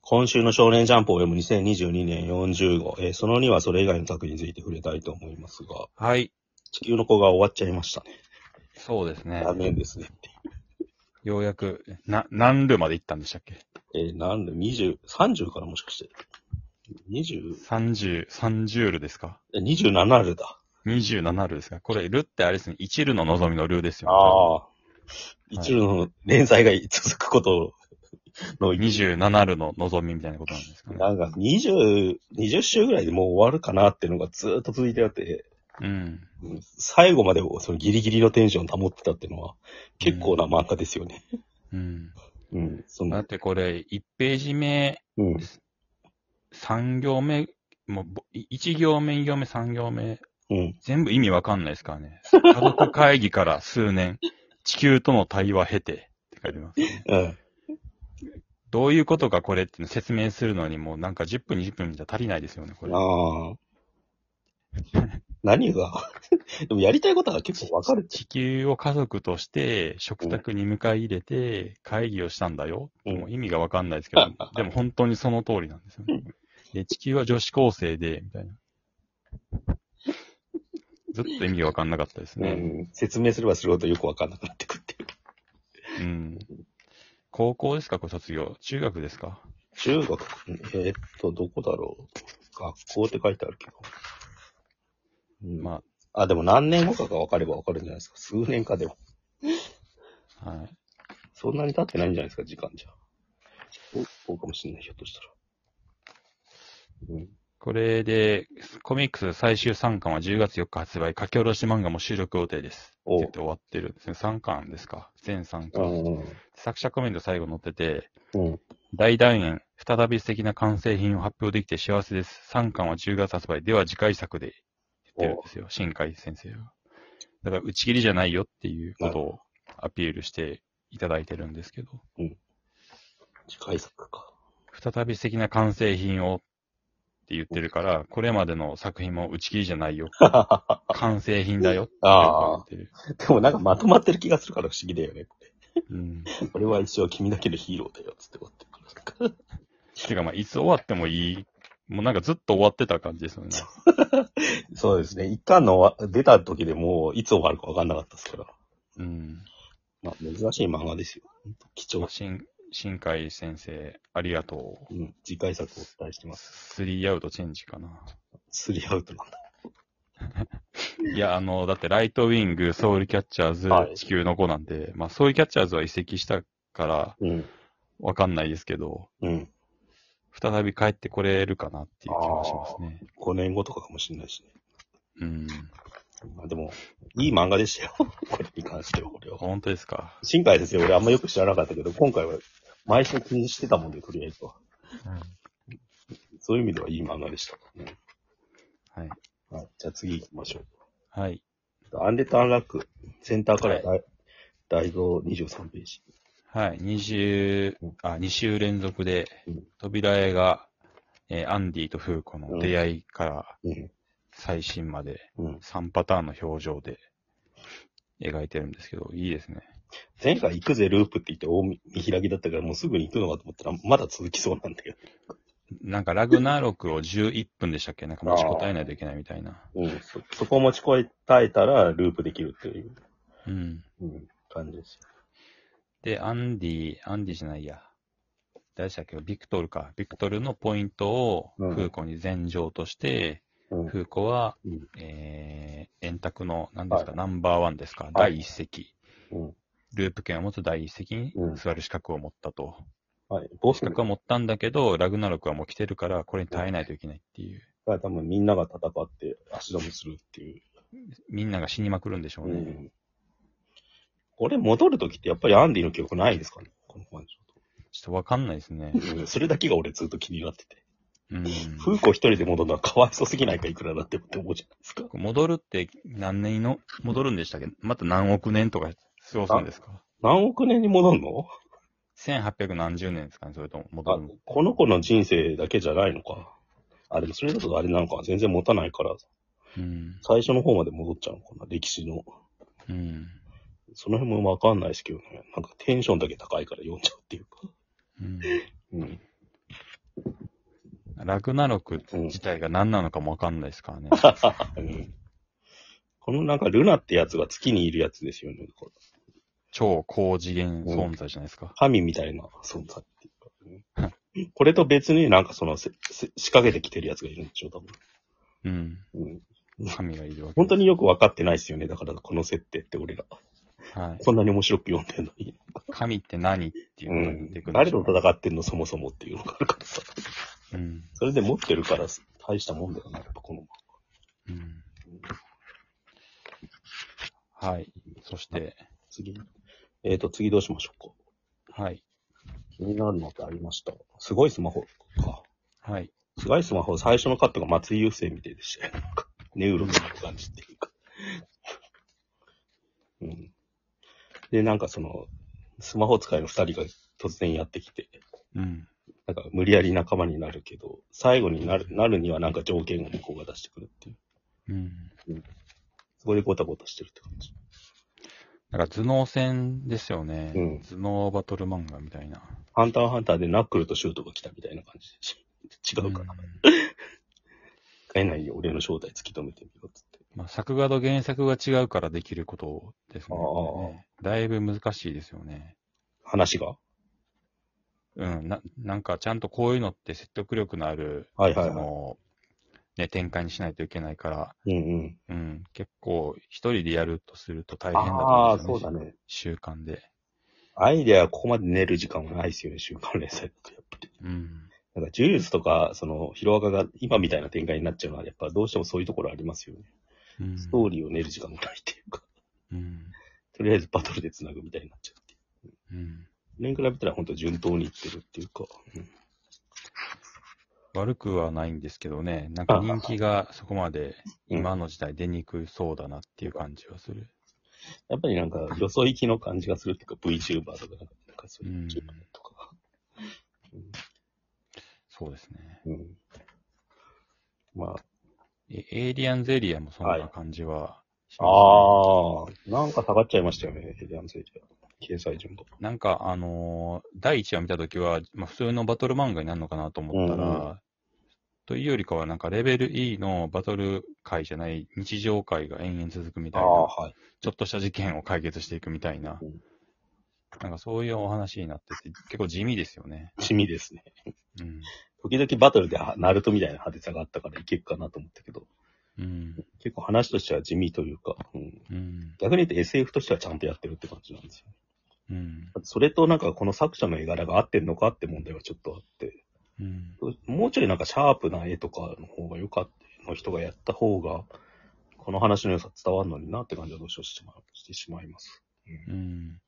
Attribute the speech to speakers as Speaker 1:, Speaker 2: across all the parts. Speaker 1: 今週の少年ジャンプを読む2022年40号、えーその2はそれ以外の作品について触れたいと思いますが、
Speaker 2: はい。
Speaker 1: 地球の子が終わっちゃいましたね。
Speaker 2: そうですね。
Speaker 1: 残念ですねって
Speaker 2: ようやく、な、何ルまで行ったんでしたっけ
Speaker 1: いう。えーなんで、20、30からもしかして。20、
Speaker 2: ?30、30ルですか
Speaker 1: え27ルだ。
Speaker 2: ?27 ルですかこれ、ルってあれですね、1ルの望みのルですよね。
Speaker 1: ああ。一部の連載が続くことの、
Speaker 2: 27ルの望みみたいなことなんですかね。
Speaker 1: なんか20、20週ぐらいでもう終わるかなっていうのがずーっと続いてあって、
Speaker 2: うん。
Speaker 1: うん最後までそのギリギリのテンション保ってたっていうのは、結構な漫画ですよね。
Speaker 2: うん。
Speaker 1: うん。そ
Speaker 2: だっ
Speaker 1: の、
Speaker 2: てこれ、1ページ目、
Speaker 1: うん。
Speaker 2: 3行目、もうぼ、1行目、2行目、3行目、
Speaker 1: うん。
Speaker 2: 全部意味わかんないですからね。家族会議から数年、地球との対話経て、って書いてます、ね。
Speaker 1: うん。
Speaker 2: どういうことかこれっていうの説明するのにもうなんか10分20分じゃ足りないですよね、これ。
Speaker 1: ああ。 何がでもやりたいことは結構わかるって。
Speaker 2: 地球を家族として食卓に迎え入れて会議をしたんだよ。
Speaker 1: うん
Speaker 2: もう意味がわかんないですけど、でも本当にその通りなんですよね。で地球は女子高生で、みたいな。ずっと意味がわかんなかったです
Speaker 1: う
Speaker 2: ね。
Speaker 1: ん。説明すればするほどよくわかんなくなってくっていう。
Speaker 2: うん。高校ですか、ご卒業。中学ですか。
Speaker 1: 中学、えーっと、どこだろう。学校って書いてあるけど。うん、
Speaker 2: ま
Speaker 1: あ。でも何年後かが分かれば分かるんじゃないですか。数年かでも。
Speaker 2: あ、はい。
Speaker 1: そんなに経ってないんじゃないですか、時間じゃ。そうそうかもしれない、ひょっとしたら。うん。
Speaker 2: これで、コミックス最終3巻は10月4日発売、書き下ろし漫画も収録予定です。って
Speaker 1: おう
Speaker 2: 言って終わってるんですね。3巻ですか全3
Speaker 1: う
Speaker 2: 巻。
Speaker 1: ん。
Speaker 2: 作者コメント最後載ってて、
Speaker 1: うん。
Speaker 2: 大団円、再び素敵な完成品を発表できて幸せです。3巻は10月発売。では次回作で、言ってるんですよ。新海先生は。だから打ち切りじゃないよっていうことをアピールしていただいてるんですけど、
Speaker 1: 次回作か。
Speaker 2: 再び素敵な完成品をって言ってるから、これまでの作品も打ち切りじゃないよ。 完成品だよって言ってる。
Speaker 1: でもなんかまとまってる気がするから不思議だよね、これ。
Speaker 2: うん。
Speaker 1: 俺は一生君だけのヒーローだよ、つって終わってるか
Speaker 2: てかまあ、いつ終わってもいい。もうなんかずっと終わってた感じですよね。
Speaker 1: ら。そうですね。一巻のわ出た時でもういつ終わるか分かんなかったですから。
Speaker 2: うん。
Speaker 1: まあ、珍しい漫画ですよ。ほんと貴重
Speaker 2: まあ。新、新海先生、ありがとう。
Speaker 1: うん。次回作をお伝えしてます。
Speaker 2: スリーアウトチェンジかな。
Speaker 1: スリーアウトなんだ。
Speaker 2: いや、あの、だってライトウィング、ソウルキャッチャーズ、
Speaker 1: はい
Speaker 2: 地球の子なんで、まあ、ソウルキャッチャーズは移籍したから、
Speaker 1: うん。
Speaker 2: わかんないですけど、
Speaker 1: うん。
Speaker 2: 再び帰ってこれるかなっていう気がしますね。
Speaker 1: 5年後とかかもしれないしね。
Speaker 2: うん。
Speaker 1: まあでも、いい漫画でしたよ。 これに関しては、俺は。
Speaker 2: 本当ですか。
Speaker 1: 新海ですよ。俺あんまよく知らなかったけど、今回は毎週気にしてたもんで、とりあえずは。そういう意味ではいい漫画でした。うん
Speaker 2: はい。
Speaker 1: はい。じゃあ次行きましょ
Speaker 2: はい。
Speaker 1: う。アンデッド・アンラック、センターから大、大蔵23ページ。
Speaker 2: はい、二週、あ、二週連続で
Speaker 1: うん、
Speaker 2: 扉絵が、えーアンディとフーコの出会いから
Speaker 1: うん。
Speaker 2: 最新まで
Speaker 1: うん。
Speaker 2: 3パターンの表情で描いてるんですけど、いいですね。
Speaker 1: 前回行くぜ、ループって言って大見開きだったから、もうすぐに行くのかと思ったら、まだ続きそうなんだけど。
Speaker 2: なんかラグナーロクを11分でしたっけなんか持ちこたえないといけないみたいな。
Speaker 1: うん。そ、そこを持ちこたえたら、ループできるっていう、
Speaker 2: うん。
Speaker 1: うん、感じです
Speaker 2: で、アンディ、アンディじゃないや。誰でしたっけビクトルか。ビクトルのポイントをフ
Speaker 1: うん
Speaker 2: ーコに禅譲として、
Speaker 1: よ。うん。
Speaker 2: フーコは、
Speaker 1: うん
Speaker 2: えー、円卓の、何ですか、
Speaker 1: は
Speaker 2: ナンバーワンですか、
Speaker 1: はい
Speaker 2: 第一席。
Speaker 1: うん。
Speaker 2: ループ権を持つ第一席に
Speaker 1: うん
Speaker 2: 座る資格を持ったと。
Speaker 1: はい。ボス
Speaker 2: 資格は持ったんだけど、ラグナロクはもう来てるから、これに耐えないといけないっていう。
Speaker 1: が多分みんなが戦って足止めするっていう。
Speaker 2: みんなが死にまくるんでしょうね。
Speaker 1: ん。これ戻るときってやっぱりアンディの記憶ないですかねこの感じ
Speaker 2: ちょっとわかんないですね。
Speaker 1: だと。それだけが俺ずっと気になってて。
Speaker 2: うん。
Speaker 1: 風子一人で戻るのはかわいそうすぎないかいくらだってって思うじゃないですか。
Speaker 2: 戻るって何年の、戻るんでしたっけまた何億年とか過ごすんですか
Speaker 1: 何億年に戻るの
Speaker 2: ?1800 何十年ですかねそれとも戻
Speaker 1: あ
Speaker 2: るの、
Speaker 1: この子の人生だけじゃないのか。あ、でもそれだとあれなのか。全然持たないから、
Speaker 2: うん。
Speaker 1: 最初の方まで戻っちゃうのかな。歴史の。
Speaker 2: うん。
Speaker 1: その辺もわかんないですけどね、なんかテンションだけ高いから読んじゃうっていうか。
Speaker 2: うん。
Speaker 1: うん。
Speaker 2: ラグナロク自体が何なのかもわかんないですか らね。
Speaker 1: うんこのなんかルナってやつが月にいるやつですよね。こう
Speaker 2: 超高次元存在じゃないですか。
Speaker 1: 神みたいな存在っていう か、ね。これと別になんかそのせせ仕掛けてきてるやつがいるんでしょ、多分。
Speaker 2: うん。
Speaker 1: うん、
Speaker 2: 神がいるわけ。
Speaker 1: 本当によくわかってないですよね。だからこの設定って俺ら。
Speaker 2: はい。
Speaker 1: こんなに面白く読んでんのに。
Speaker 2: 神って何っていう
Speaker 1: う
Speaker 2: のが出てく
Speaker 1: ん。
Speaker 2: るん
Speaker 1: 誰
Speaker 2: でしょ
Speaker 1: と
Speaker 2: う
Speaker 1: 戦ってんのそもそもっていうのがあるからさ。
Speaker 2: うん。
Speaker 1: それで持ってるから大したもんだよな、やっぱこの。
Speaker 2: うん。はい。そして、
Speaker 1: 次。えっ、ー、と、次どうしましょうか。
Speaker 2: はい。
Speaker 1: 気になるのってありました。すごいスマホか。
Speaker 2: はい。
Speaker 1: すごいスマホ、最初のカットが松井優生みたいでしたよ。 なんかネウロみたいな感じっていうか。うん。で、なんかその、スマホ使いの二人が突然やってきて、
Speaker 2: うん。
Speaker 1: なんか無理やり仲間になるけど、最後になる、なるにはなんか条件を向こうが出してくるっていう。
Speaker 2: うん。
Speaker 1: そこでゴタゴタしてるって感じ。
Speaker 2: なんか頭脳戦ですよね。
Speaker 1: うん
Speaker 2: 頭脳バトル漫画みたいな。
Speaker 1: ハンター×ハンターでナックルとシュートが来たみたいな感じでしょ 違うかな。
Speaker 2: うん
Speaker 1: 変えないよ、俺の正体突き止めてみろっつって。
Speaker 2: まあ、作画と原作が違うからできることですね。
Speaker 1: ああ
Speaker 2: これねだいぶ難しいですよね。
Speaker 1: 話が
Speaker 2: うん。ななんか、ちゃんとこういうのって説得力のある、
Speaker 1: はいはいはい
Speaker 2: その、ね、展開にしないといけないから、
Speaker 1: うんうん。
Speaker 2: うん。結構、一人でやるとすると大変だと
Speaker 1: ああー、
Speaker 2: 思うんですよ
Speaker 1: そ
Speaker 2: ね。
Speaker 1: うだね。
Speaker 2: 習慣で。
Speaker 1: アイデアはここまで練る時間がないですよね、週刊連載ってやっぱり。
Speaker 2: うん。
Speaker 1: なんか、呪術とか、その、ヒロアカが今みたいな展開になっちゃうのは、やっぱどうしてもそういうところありますよね。
Speaker 2: うん
Speaker 1: ストーリーを練る時間もないっていうか、
Speaker 2: うん。
Speaker 1: とりあえずバトルで繋ぐみたいになっちゃうっていう。
Speaker 2: うん。
Speaker 1: それに比べたら本当順当にいってるっていうか。
Speaker 2: 悪くはないんですけどね、なんか人気がそこまで
Speaker 1: うん
Speaker 2: 今の時代出にくそうだなっていう感じはする。
Speaker 1: やっぱりなんか、よそ行きの感じがするっていうか、VTuber とか、なんかそういう
Speaker 2: うん
Speaker 1: YouTuber とか。
Speaker 2: そうですね。
Speaker 1: うん。まあ、
Speaker 2: えエイリアンゼリアもそんな感じはします
Speaker 1: ああ、なんか下がっちゃいましたよね、エリアンセイジは。掲載順が。
Speaker 2: ね。なんかあのー第1話見たときは、まあ、普通のバトル漫画になるのかなと思ったら、
Speaker 1: うん
Speaker 2: というよりかはなんかレベル E のバトル会じゃない日常会が延々続くみた
Speaker 1: あ
Speaker 2: い
Speaker 1: あ、
Speaker 2: な、
Speaker 1: はい。
Speaker 2: ちょっとした事件を解決していくみたいな
Speaker 1: うん、
Speaker 2: なんかそういうお話になってて、結構地味ですよね。
Speaker 1: 地味ですね。
Speaker 2: うん。
Speaker 1: 時々バトルではナルトみたいな派手さがあったからいけるかなと思ったけど、
Speaker 2: うん。
Speaker 1: 結構話としては地味というか、うん、
Speaker 2: うん。
Speaker 1: 逆に言って SF としてはちゃんとやってるって感じなんですよ。
Speaker 2: うん。
Speaker 1: それとなんかこの作者の絵柄が合ってんのかって問題はちょっとあって、
Speaker 2: うん。
Speaker 1: もうちょいなんかシャープな絵とかの方が良かった、の人がやった方が、この話の良さ伝わるのになって感じはどうしようしてしまうしてしまいます。
Speaker 2: うん。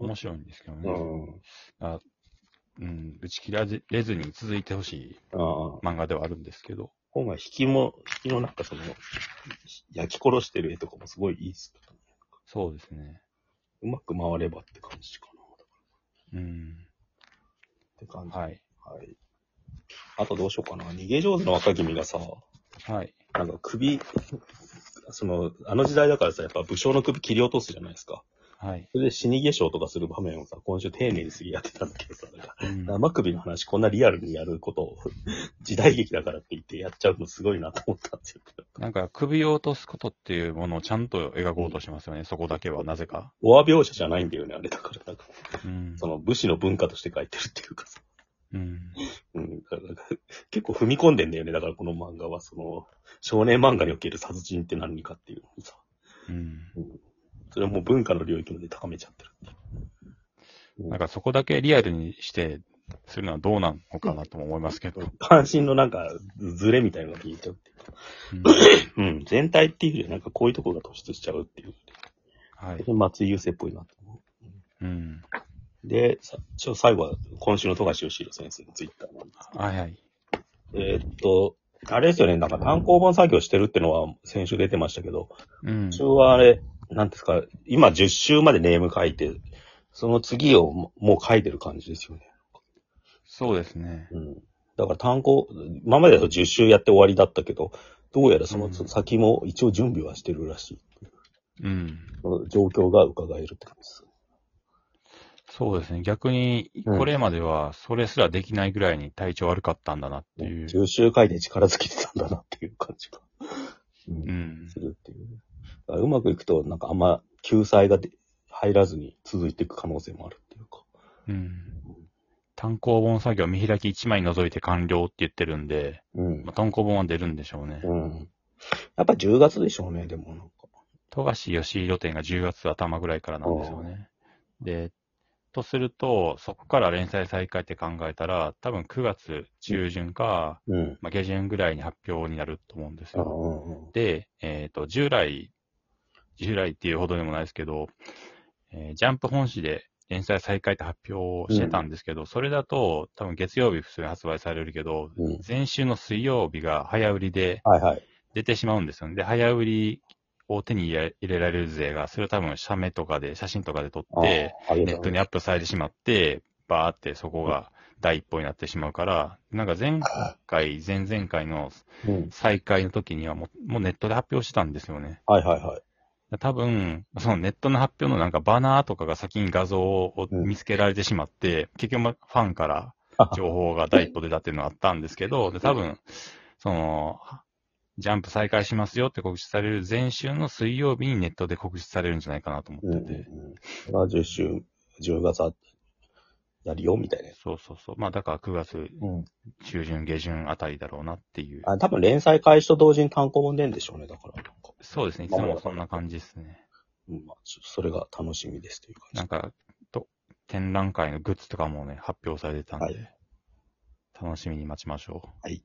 Speaker 2: 面白いんですけど
Speaker 1: う
Speaker 2: ね。
Speaker 1: ん。
Speaker 2: うん。打ち切らずれずに続いてほしい
Speaker 1: ああ。
Speaker 2: 漫画ではあるんですけど。
Speaker 1: 本が引きも、引きのなんかその、焼き殺してる絵とかもすごいいいっす。
Speaker 2: そうですね。
Speaker 1: うまく回ればって感じかな。
Speaker 2: うん。
Speaker 1: って感じ。
Speaker 2: はい。
Speaker 1: はい。あとどうしようかな。逃げ上手の若君がさ、
Speaker 2: はい。
Speaker 1: なんか首、 その、あの時代だからさ、やっぱ武将の首切り落とすじゃないですか。
Speaker 2: はい。
Speaker 1: それで死に化粧とかする場面をさ、今週丁寧にすぎやってたんだけどさ、なんか
Speaker 2: うん
Speaker 1: 生首の話こんなリアルにやることを、 時代劇だからって言ってやっちゃうのすごいなと思ったんですよ。
Speaker 2: なんか首を落とすことっていうものをちゃんと描こうとしますよね。そこだけは、なぜか。
Speaker 1: オア描写じゃないんだよね、あれだから。なんか、
Speaker 2: うん
Speaker 1: そ。の武士の文化として書いてるっていうかさ。
Speaker 2: うん。
Speaker 1: うん、だからなんか結構踏み込んでんだよね。だからこの漫画は、その、少年漫画における殺人って何かっていうのをさ、
Speaker 2: うん。
Speaker 1: それはもう文化の領域まで高めちゃってる。
Speaker 2: なんかそこだけリアルにして、するのはどうなのかなとも思いますけど。
Speaker 1: 関心のなんか、ズレみたいなのが見えちゃうっていうか。
Speaker 2: うん
Speaker 1: うん、全体っていうよりなんかこういうところが突出しちゃうっていう。
Speaker 2: はい。
Speaker 1: 松井優生っぽいなと思
Speaker 2: うん。
Speaker 1: う。で、さちょ最後は今週の富樫義弘先生のツイッターなんです
Speaker 2: はいはい。
Speaker 1: えーっと、あれですよね、なんか単行本作業してるってのは先週出てましたけど、
Speaker 2: うん
Speaker 1: 今。週はあれ、なんですか、今10週までネーム書いて、その次をももう書いてる感じですよね。
Speaker 2: そうですね。
Speaker 1: うん。だから単行、今までだと10週やって終わりだったけど、どうやらその
Speaker 2: うん
Speaker 1: 先も一応準備はしてるらしい。
Speaker 2: うん。
Speaker 1: その状況が伺えるって感じです。
Speaker 2: そうですね。逆に、
Speaker 1: うん
Speaker 2: これまでは、それすらできないぐらいに体調悪かったんだなっていう。
Speaker 1: 重周回で力尽きてたんだなっていう感じが、う、
Speaker 2: うんん。
Speaker 1: するっていう。だからうまくいくと、なんかあんま救済がで入らずに続いていく可能性もあるっていうか。
Speaker 2: うん。単行本作業見開き1枚除いて完了って言ってるんで、
Speaker 1: うん
Speaker 2: まあ、。単行本は出るんでしょうね。
Speaker 1: うん。やっぱ10月でしょうね、でもなんか。
Speaker 2: 富樫義弘店が10月頭ぐらいからなんですよね。で、とすると、そこから連載再開って考えたら、多分9月中旬か、
Speaker 1: うん。
Speaker 2: まあ、下旬ぐらいに発表になると思うんです
Speaker 1: ああ、
Speaker 2: よ。
Speaker 1: うんうん。
Speaker 2: で、えっ、と、従来、従来っていうほどでもないですけど、えージャンプ本誌で連載再開って発表してたんですけど、それだと多分月曜日普通に発売されるけど、
Speaker 1: うん。
Speaker 2: 前週の水曜日が早売りで、
Speaker 1: はいはい。
Speaker 2: 出てしまうんですよね。で、早売りを手に入れ入れられる税が、それを多分写メとかで、写真とかで撮って、
Speaker 1: ああ、ネ
Speaker 2: ネットにアップされてしまって、バーってそこが第一歩になってしまうから、なんか前回、前々回の
Speaker 1: うん。
Speaker 2: 再開の時にはもうもうネットで発表してたんですよね。
Speaker 1: はいはいはい。
Speaker 2: 多分、そのネットの発表のなんかバナーとかが先に画像を
Speaker 1: うん
Speaker 2: 見つけられてしまって、結局まファンから情報が第一歩出たっていうのはあったんですけど、で多分、その、ジャンプ再開しますよって告知される前週の水曜日にネットで告知されるんじゃないかなと思
Speaker 1: うんう
Speaker 2: っ
Speaker 1: ん
Speaker 2: てて。
Speaker 1: うん。それは10週、10月あやるよ、みたいなやつ。
Speaker 2: そうそうそう。まあだから9月
Speaker 1: うん。
Speaker 2: 中旬、下旬あたりだろうなっていう。
Speaker 1: あ多分連載開始と同時に単行本出るんでしょうね、だから。なんか
Speaker 2: そうですね。いつもそんな感じですね。
Speaker 1: うん、まあ、ちょそれが楽しみですという感じ。
Speaker 2: なんか、と、展覧会のグッズとかもね、発表されてたんで、
Speaker 1: はい
Speaker 2: 楽しみに待ちましょう。
Speaker 1: はい